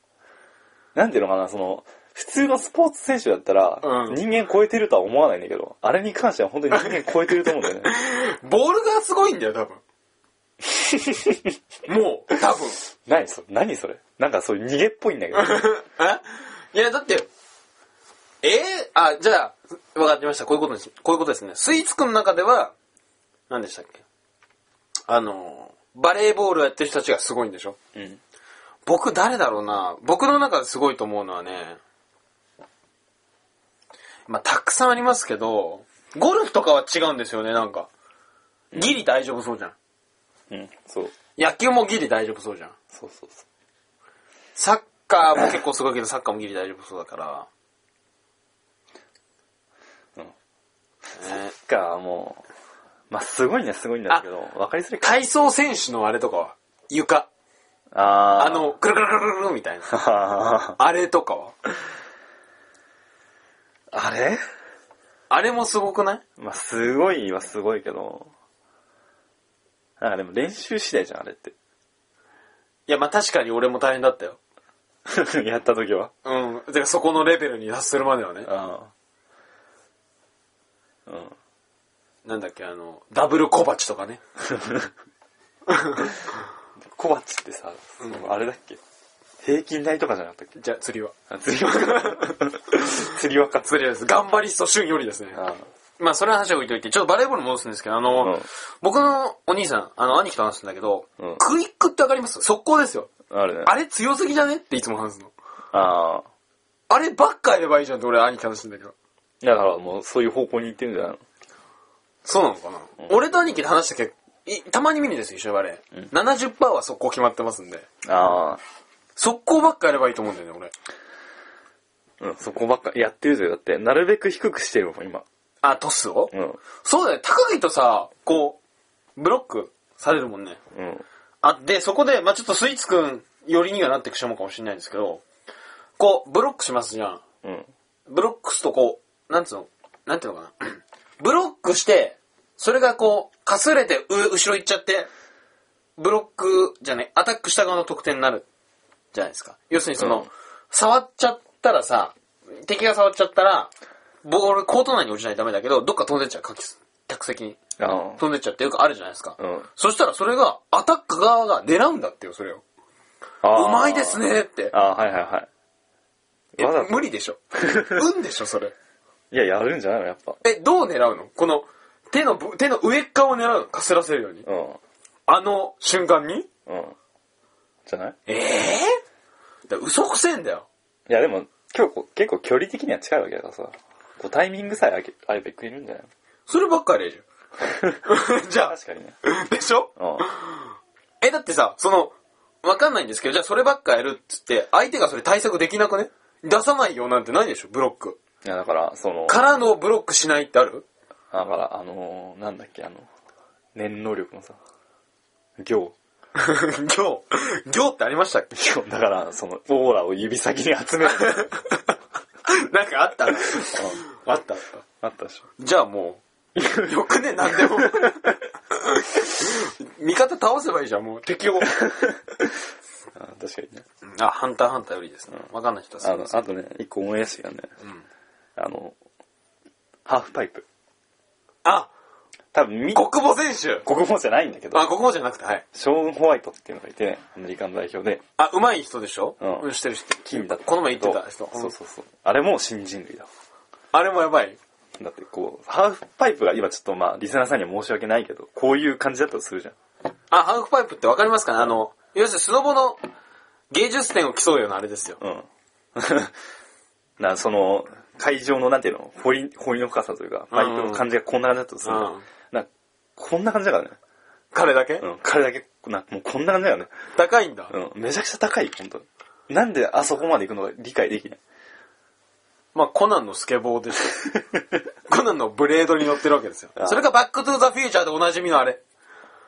なんていうのかな、その、普通のスポーツ選手だったら、うん人間超えてるとは思わないんだけど、あれに関しては本当に人間超えてると思うんだよね。 ーボールがすごいんだよ、多分。もう、多分。 何それ何それなんかそういう逃げっぽいんだけど。えいや、だって、えー、あ、じゃあ、分かりました。こういうことです。こういうことですね。スイーツくんの中では、何でしたっけあの、バレーボールをやってる人たちがすごいんでしょうん。僕誰だろうな僕の中ですごいと思うのはね、まあ、たくさんありますけど、ゴルフとかは違うんですよね、なんか。ギリ大丈夫そうじゃん。うん、そう。野球もギリ大丈夫そうじゃん。そうそうそサッカーも結構すごいけど、サッカーもギリ大丈夫そうだから。う。うん。ねか、もう、まあ、すごいにはすごいんだけど、わかりづらいか。体操選手のあれとかは床。あーあ、の、くるくるくるくるくるみたいな。ああれとかは ーあれあれもすごくないまあ、すごいはすごいけど、なんかでも練習次第じゃん、あれって。 いや、まあ確かに俺も大変だったよ。やった時は。うん。てかそこのレベルに達するまではね。あうん。なんだっけ、あの、ダブル小鉢とかね。小鉢ってさ、そのあれだっけ平均台とかじゃなかったっけじゃあ、釣りは。あ釣り輪か。 釣り輪か。釣りはです。頑張りスト旬よりですね。あまあ、それは話は置いといて、ちょっとバレーボールに戻すんですけど、あの、うん僕のお兄さん、あの、兄貴と話すんだけど、うんクイックってわかります速攻ですよ。あ。あるね。あれ強すぎじゃねっていつも話すの。ああ。あればっかやればいいじゃんって俺は兄貴と話すんだけど。だからもうそういう方向に行ってるんじゃないそうなのかな、うん俺と兄貴で話したけど、いたまに見るんですよ、一緒にバレー。うん70%は速攻決まってますんで。のああ。速攻ばっかやればいいと思うんだよね、俺。うん、そこばっかやってるぜ。だって、なるべく低くしてるもん、今。あ、トスを、うん。そうだよ、高木とさ、こう、ブロックされるもんね。うん。あ、で、そこで、まあ、ちょっとスイーツくん寄りにはなってくしもかもしれないんですけど、こう、ブロックしますじゃん。うん。ブロックすとこう、なんつうの、なんていうのかな。 ブロックして、それがこう、かすれて、う、後ろ行っちゃって、ブロックじゃね、アタックした側の得点になる、じゃないですか。要するにその、うん触っちゃったらさ、敵が触っちゃったら、ボール、コート内に落ちないとダメだけど、どっか飛んでっちゃう、かきす客席に。あ飛んでっちゃうっていうかあるじゃないですか。あ。うん。そしたらそれが、アタック側が狙うんだってよ、それを。あうーまいです。ねって。ああ、はいはいはい。えわざと無理でし ょ。運でしょ、それ。いや、やるんじゃないの、やっぱ。え、どう狙うのこの、手のぶ、手の上っ側を狙うのかすらせるように。うあの瞬間にん。うん。じゃないええだから嘘くせえんだよ。いや、でも、今日こう結構距離的には近いわけだからさ。こうタイミングさえあけあればいくいるんじゃないそればっかりやる じゃん。じゃ確かにね。あ、でしょうん。え、だってさ、その、わかんないんですけど、じゃあそればっかやるっつって、相手がそれ対策できなくね出さないよなんてないでしょ、ブロック。いや、だから、その、からのブロックしないってある だから、あのー、なんだっけ、あの、念能力のさ、行。行、行ってありましたっけ行だから、その、オーラを指先に集める。 なんかあったなうんあったあった。あったでしょ。じゃあも う、よくね、なん でも。味方倒せばいいじゃん、もう敵を。あ確かにね。あ、ハンターハンターよりですね。わかんない人はあそうので、す。あとね、一個思い出したけどね、うんあの、ハーフパイプ。あ、多分、み、国母選手国語じゃないんだけどあ、、国母じゃなくて、はい。ショーン・ホワイトっていうのがいてね、アメリカの代表で、あ、うまい人でしょうんうん、してる人。金だこの前言ってた人。そううんそうそう。あれも新人類だ。あれもやばい。だってこう、ハーフパイプが今ちょっとまあ、リスナーさんには申し訳ないけど、こういう感じだったとするじゃん。あ、ハーフパイプってわかりますかねあの、要するにスノボの芸術点を競うようなあれですよ。うん。 な、その、会場のなんていうの、掘り、掘りの深さというか、パイプの感じがこんな感じだったとするじゃんうんな、こんな感じだからね。彼だけうん、彼だけ、な、もうこんな感じだよね。高いんだ。うん、めちゃくちゃ高い、本当になんであそこまで行くのか理解できない。まあ、コナンのスケボーでし ょ。コナンのブレードに乗ってるわけですよあ。ーそれがバックトゥーザフューチャーでおなじみのあれ。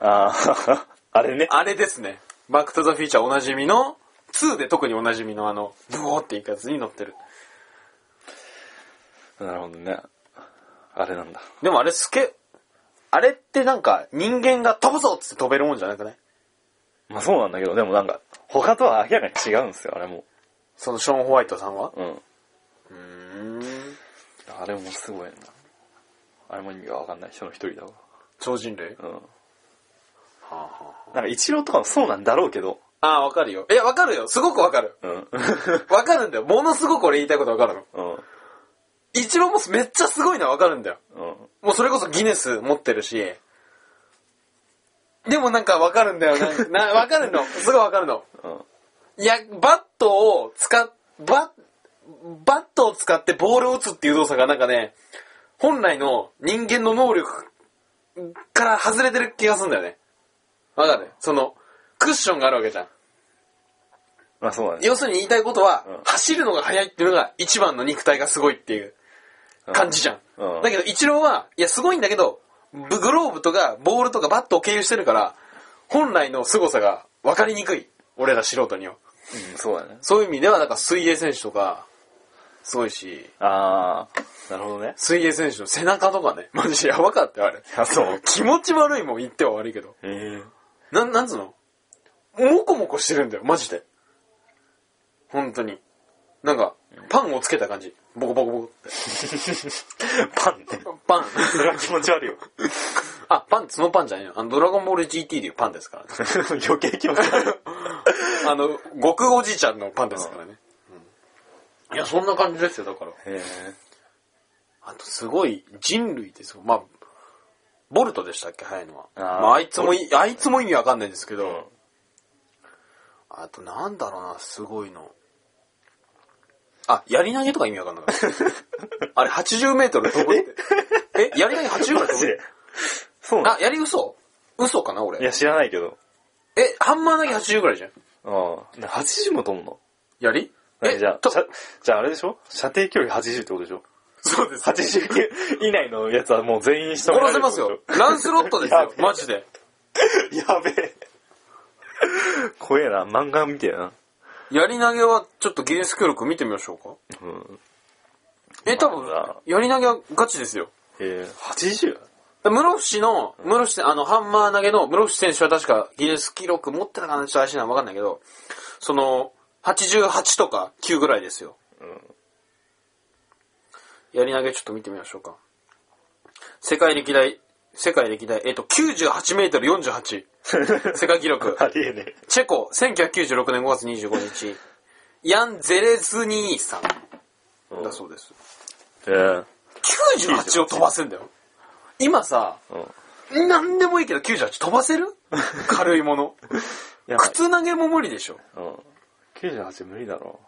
ああ、 あれ ね。あれですね。バックトゥザフューチャーおなじみの、2で特におなじみのあの、ブオーっていくやつに乗ってる。なるほどね。あれなんだ。でもあれスケ、あれってなんか人間が飛ぶぞっつって飛べるもんじゃなくないまあそうなんだけど、でもなんか、他とは明らかに違うんですよ、あれも。そのショーン・ホワイトさんはうん。うーん。あれもすごいな。あれも意味がわかんない人の一人だわ。超人類うん。あ、はなんか一郎とかもそうなんだろうけど、あ、あーわかるよ。いや、わかるよ。すごくわかる。うん。 わかるんだよ。ものすごく俺言いたいことわかるの。うん。一郎もめっちゃすごいのはわかるんだよ。うん。もうそれこそギネス持ってるし、でもなんかわかるんだよな。な、わかるの。すごいわかるの。うん。いや、バットを使っ、バッ、バットを使ってボールを打つっていう動作がなんかね、本来の人間の能力から外れてる気がするんだよね。わかるその、クッションがあるわけじゃん。まあそうだね。要するに言いたいことは、うん走るのが速いっていうのが一番の肉体がすごいっていう感じじゃん。うんだけど、イチローは、いや、すごいんだけど、ブグローブとかボールとかバットを経由してるから、本来の凄さが分かりにくい。俺ら素人には。うん、そうだね。そういう意味では、なんか水泳選手とか、すごいし、ああ、なるほどね。水泳選手の背中とかね、 マジやばかったよ、あれ。あ、そう。気持ち悪いもん言っては悪いけど。ええなん、なんつうのもこもこしてるんだよ、マジで。本当に。なんか、パンをつけた感じ。ボコボコボコって。パンね。 パン。それは気持ち悪いよ。あ、パンってそのパンじゃないよ。あの、ドラゴンボール GT でいうパンですからね。 余計気持ち悪い。あの、悟空おじいちゃんのパンですからね。いや、そんな感じですよ、だから。へあと、すごい、人類ですよ。まあ、ボルトでしたっけ、早いのは。ああ,、ーまあ、あいつもい、あいつも意味わかんないんですけど、うんあと、なんだろうな、すごいの。あ、やり投げとか意味わかんなか った。あれ、80メートル飛ぶって。え、やり投げ80メートルマ飛ジぶで。そうなあ、やり嘘嘘かな、のい俺。や、知らないけど。え、ハンマー投げ80ぐらいじゃん。うん。な80も飛ぶのやりえ、じゃあ、としゃじゃああれでしょ射程距離80ってことでしょそうです。 80以内のやつはもう全員仕留めら殺れるせってこまとすでしょよ。ランスロットですよ、やマジで。やべえ。怖えな、漫画みたいな。やり投げはちょっとギネス協力見てみましょうか。うん。え、多分まあ、やり投げはガチですよ。えー、80? 室伏の、室伏、あの、ハンマー投げの室伏選手は確かギネス記録持ってたかなちょっと怪しいな、わかんないけど、その、88とか9ぐらいですよ。やり投げちょっと見てみましょうか。世界歴代、世界歴代、えっと、98メートル48。世界記 録。 ありえねチェコ、1996年5月25日、ヤン・ゼレズニーさんえ。だそうです。えー、 98を飛ばせんだよ。今さ、うん。いなんでもいいけど98飛ばせ る軽いもの。や、靴投げも無理でしょ。うん。98無理だろ。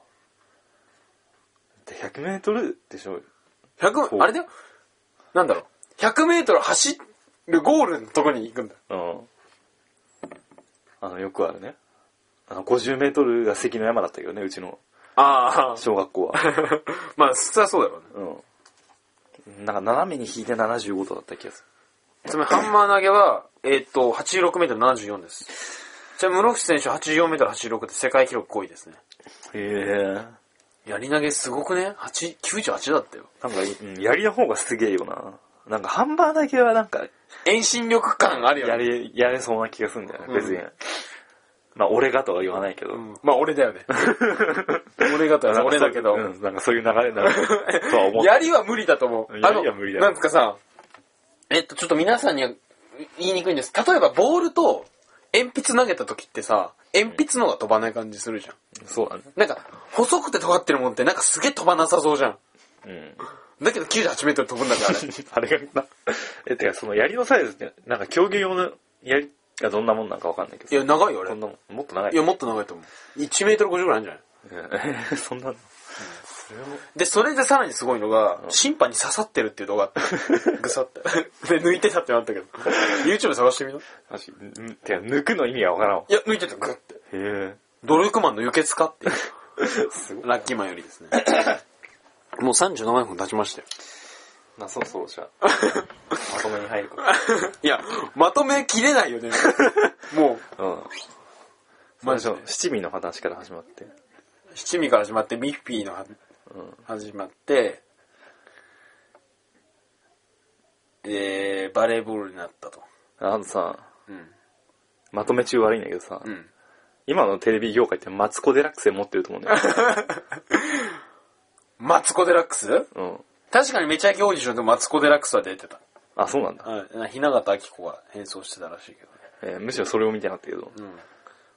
で、100メートルでしょ100うあれだよ。なんだろう、100メートル走るゴールのとこに行くんだよ。うん。あの、よくあるね。あの、50メートルが関の山だったけどね、うちのああ、小学校は。 まあ、普通はそうだろうね。うん。なんか斜めに引いて75度だった気がすつまり、ハンマー投げは、えっと、86メートル74です。じゃあ、室伏選手84メートル86で世界記録5位ですね。る。へえ。やり投げすごくね ?8、98だったよ。なんか、うん、やりの方がすげえよな。なんか、ハンバーだけはなんか、遠心力感あるよね。やれ、やれそうな気がするんだよね、うん別に。まあ、俺がとは言わないけど。うんまあ俺だよね。 俺がとなんはか俺だけど。うん、なんかそういう流れになるとは 思って。やりは無理だと思う。やりは無理だよあのなんかさ、えっと、ちょっと皆さんには言いにくいんです。例えば、ボールと鉛筆投げた時ってさ、鉛筆の方が飛ばない感じするじゃん。そうだね。なんか、細くて尖ってるもんってなんかすげえ飛ばなさそうじゃん。うん。だけど98メートル飛ぶんだ から、あれあれがな、え、てか、その槍のサイズって、なんか競技用の槍がどんなもんなんかわかんないけいどさ。や、長いよ、あこれ。んなもん、もっと長い。いや、もっと長いと思う。1メートル50ぐらいあるんじゃないうん そんなの。それを、で、それでさらにすごいのが、審判に刺さってるっていう動画あ った。ぐさって。 で、抜いてたってのあったけど。YouTube 探してみな。いマジ、んてか、抜くの意味がわからんわ。や、抜いてた、グって。へえ。ドルクマンの輸血かっていう。すごい。ラッキーマンよりですね。 もう37分経ちましたよ。まあ、そうそう、じゃあ。まとめに入るか。いや、まとめきれない よね。もうん。う、まマあ、ジそでの。七味の話から始まって。七味から始まって、ミッフィーのはうん。始まって、で、バレーボールになったと。あのさ、うん。まとめ中悪いんだけどさ、うん。今のテレビ業界ってマツコ・デラックスで持ってると思うんだよ。マツコデラックスうん。確かにめちゃイケオーディションでもマツコデラックスは出てた。あ、そうなんだ。うん。雛形あき子が変装してたらしいけどね。えーむしろそれを見てなかったけど。うん。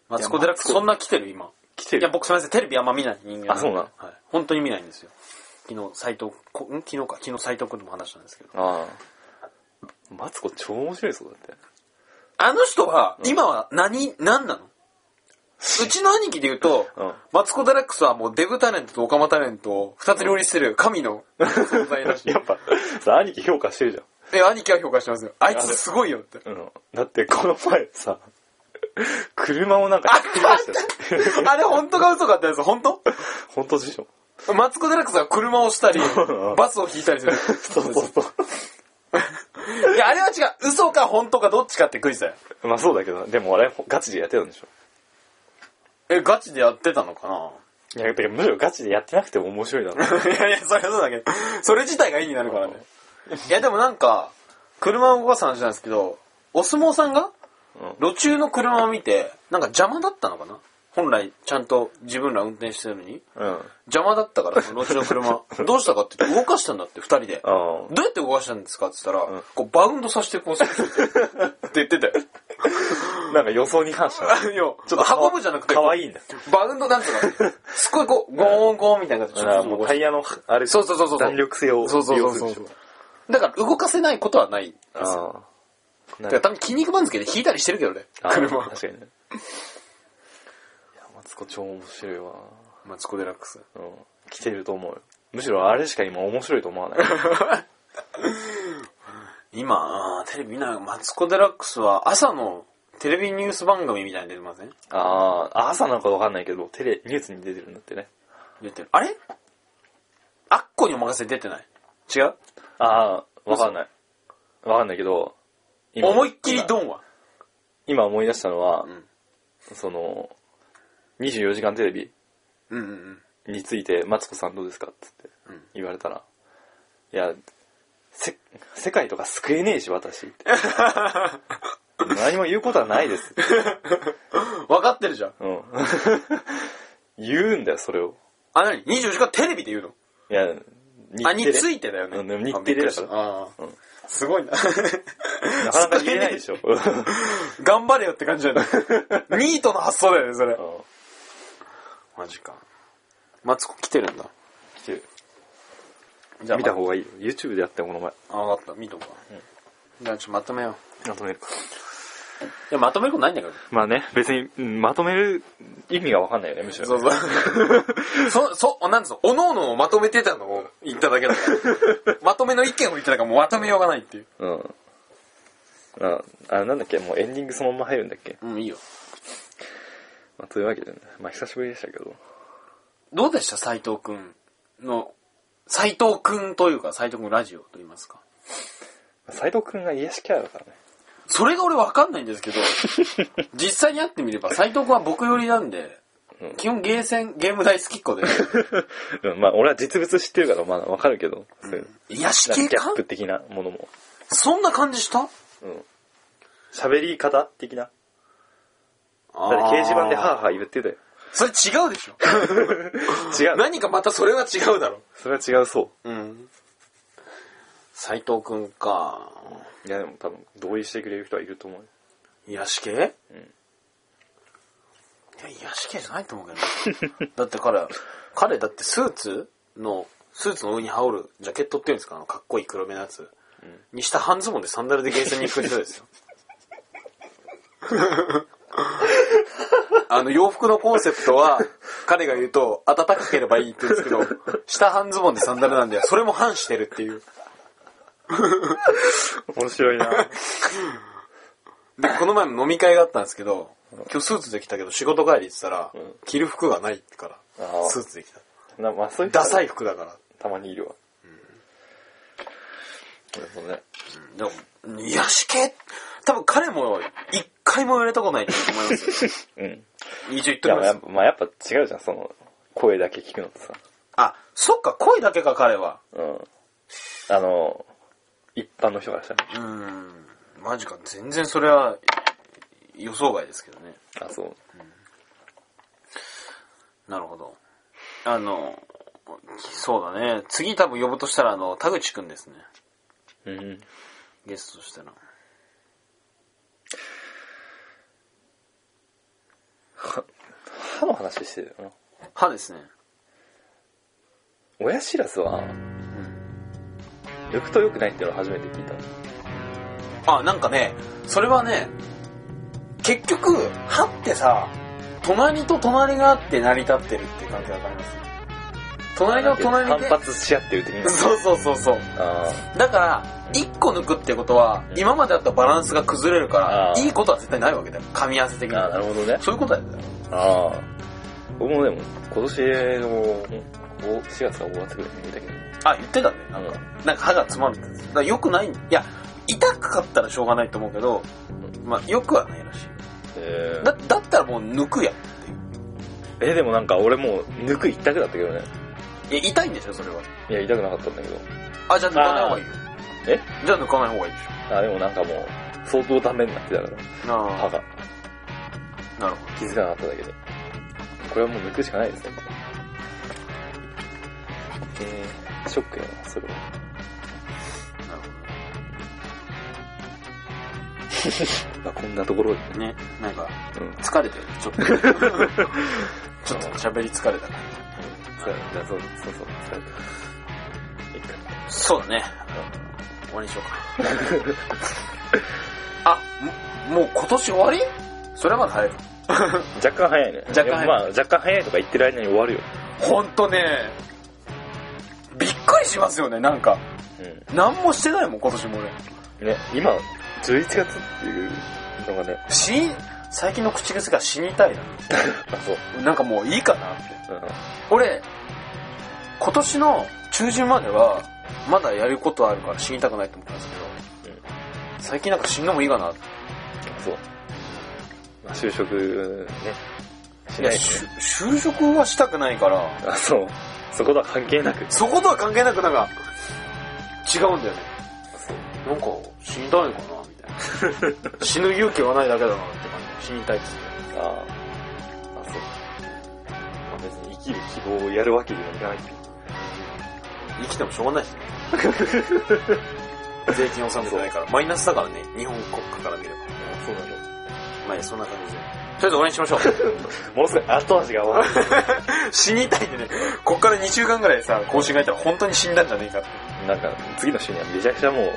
マツコデラックスそんな来てる今。来ていや、る。僕すみません、テレビあんま見ない人間であそうなのはい。本当に見ないんですよ。昨日、斎藤、こん昨日か、昨日斎藤君とも話したんですけど。ああ。マツコ超面白いそうだって。あの人は、今は何、何なのうちの兄貴で言うと、うん。マツコ・デラックスはもうデブタレントとオカマタレントを二つ両立してる神の存在だし やっぱ、さ、兄貴評価してるじゃん。え、兄貴は評価してますよ。あいつすごいよって。うん。だって、この前さ、車をなんかひっくり返したよあれ本当か嘘かってやつ、本当本当でしょマツコ・デラックスが車を押したりう、んバスを引いた りする。そうそうそう。いや、あれは違う。嘘か本当かどっちかってクイズだよ。 まあそうだけど、でもあれ、ガチでやってたんでしょ。え、ガチでやってたのかないや、だけどむしろガチでやってなくても面白いだろう。いやいや、それはそうだけど、それ自体が意味になるからね。いや、でもなんか、車を動かす話なんですけど、お相撲さんがうん路中の車を見て、なんか邪魔だったのかな本来ちゃんと自分ら運転してるのにうん。あ邪魔だったからその後ろの 車どうしたかって言って動かしたんだって2人でどあ。うやって動かしたんですかって言ったら、こうバウンドさせてこうす るって言ってたよなんか予想に反したな。いやちょっちょっと運ぶじゃなくてかわいいんだ。バウンドなんつうのすごいこうゴーンゴーンみたいな感じだでからもうタイヤの、あれ、そうそうそうそう弾力性をそうそう利そ用うするそうでしょ。だから動かせないことはないああ。だなから多分筋肉番付で引いたりしてるけどねあー車確かにね。いや、マツコ超面白いわ。マツコ・デラックスうん。来てると思うよ。むしろあれしか今面白いと 思わない。今あーテレビ見ないマツコ・デラックスは朝のテレビニュース番組みたいに出てませんああ、朝なんかわかんないけど、テレ、ニュースに出てるんだってね。出てるあれアッコにお任せ出てない違うああ、わかんない。わかんないけど、思いっきりドン。ンは今思い出したのは、んその、24時間テレビうんうんうんについて、マツコさんどうですかっつってうん言われたら、いや、せ、世界とか救えねえし、私 って。何も言うことはないです。分かってるじゃん うん。言うんだよ、それを。あ何24時間テレビで言うのいや、あについてだようんでもね日テレだからあびっくりしたあーうんすごいななかなか言えない でしょ。うん 頑張れよって感じ だよねニートの発想だよねそれマジかマツコ来てるんだ来てるじゃあ見た方がいいよ。YouTube でやってこの前。あ分かった見とこう、じゃあちょっとまとめようまとめるか。いやまとめることないんだけどまあね、別に、うんまとめる意味がわかんないよね、むしろ。そう そう。そ、そ、なんつうの、おのおのをまとめてたのを言った だけだから。まとめの意見を言ってたからもうまとめようがないっていう。うん。あ、あなんだっけ、もうエンディングそのまま入るんだっけ。うん、いいよ。まあ、というわけでね、まあ久しぶりでしたけど。どうでした斎藤くんの、斎藤くんというか、斎藤くんラジオと言いますか。斎藤くんが癒しキャラだ からね。それが俺わかんないんです けど、実際に会ってみれば、斎藤くんは僕寄りなんで、うん基本ゲーセン、ゲーム大好きっ子で、うん、まあ俺は実物知ってるからまだわかるけど、そういう癒しなんか系ギャかップ的なものも。そんな感じしたうん。喋り方的な。だって掲示板でハーハー言ってたよ。それ違うでしょ。違う。何かまたそれは違うだろ。それは違うそうん。斎藤くんか。う。いやでも多分同意してくれる人はいると思うよ。 癒し系うん。いや、癒し系じゃないと思うけどな。だって彼、彼だってスーツの、スーツの上に羽織るジャケットっていうんですか、あのかっこいい黒目のやつ。にした半ズボンでサンダルでゲーセンに行く人ですよ。あの洋服のコンセプトは彼が言うと暖かければいいって言うんですけど下半ズボンでサンダルなんでそれも反してるっていう面白いな。で、この前も飲み会があったんですけど、今日スーツで来たけど仕事帰りって言ったら、ん着る服がないかあら、ースーツで来た。 なまあそういう人ダサい服だから。たまにいるわ。うん。ね。でも、癒し系、多分彼も一回も言われたことないと思いますよ。 うん。一応言っいときや、ままあやっす。ぱ、まあ、やっぱ違うじゃん、その、声だけ聞くのとさ。あ、そっか、声だけか彼は。うん。あの、一般の人からしたら。うーん、マジか、全然それは予想外ですけどね。あ、そう。なるほど。あの、そうだね。次多分呼ぶとしたら、あの、田口くんですね。うん。ゲストとしたら。歯の話してるよな。歯ですね。親知らずは、うん。良くと良くないっていうのを初めて聞いた。あ、なんかね、それはね、結局、歯ってさ、隣と隣があって成り立ってるっていう感じわかります隣のな隣んてで。反発し合ってる的な。 そうそうそうそう。あだから、一個抜くってことは、今まであったバランスが崩れるかあら、ーいいことは絶対ないわけだよ。噛み合わせ的ーあー、なに。るほどね。そういうことだよ。ああ。僕もでも、今年の、4月か終わってくらいに見たけど。あ、言ってたね。なんか、なんか歯が詰まるってやつ。だから良くない、いや、痛かったらしょうがないと思うけど、まあ、良くはないらしい。えだ、だったらもう抜くやんっていうえ、でもなんか俺もう、抜く一択だったけどね。。いや、痛いんでしょ、それは。いや、痛くなかったんだけど。あ、じゃあ抜かない方がいいよ。えじゃあ抜かない方がいいでしあ、でもなんかもう、相当ダメになってたから、ょ。な歯が。なるほ気づかなかっただけで。ど。これはもう抜くしかないですね。えー、ショックやな、それは。まあ、こんなところで。ね、なんか、うん。疲れてる、ち ょっと。ちょっと喋り疲れた感そうじゃあそう、そうそう、疲れた。いいかじ。そうだね。終わりにしよ うか。あ、ももう今年終わりそれはまだ早いか。若干早いね。若干早いでもまあ、若干早いとか言ってる間に終わるよ。ほんとね、びっくりしますよね、なんか。うなんもしてないもん、今年も俺。ん。ね、今、11月っていうのがね、死に、最近の口癖が死にたいあ、そう。な。なんかもういいかなって。うん。俺、今年の中旬までは、まだやることあるから死にたくないと思ったんですけど、うん最近なんか死んでもいいかなって。そう。まあ、就職、ね、しいなや、いしゅ就職はしたくないから、と。あ、そう。そことは関係なく。そことは関係なくなんか、違うんだよね。そう。なんか、死にたいのかなみたい な。死ぬ勇気はないだけだなって感じ。死にたいっつって。ああ、あ、そう。まあ、別に生きる希望をやるわけにはいかないっていう。生きてもしょうがない しね。税金納めてないから。マイナスだからね、日本国家から見れば。あそうなんだ。まあ、そんな感じで。とりあえず応援しましょう。ものすごい後味が 悪い。死にたいんでね、こっから2週間ぐらいさ、更新がいたら本当に死んだんじゃねえかって。なんか、次の週にはめちゃくちゃもう、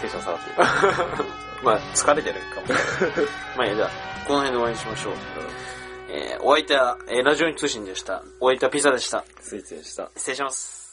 テンション下がってる。 まあ、疲れてるかもしれない。まあいいや、じゃあ、この辺でお会いしましょう。えー、お相手は、えーラジオに通信でした。お相手はピザでした。スイッチでした。失礼します。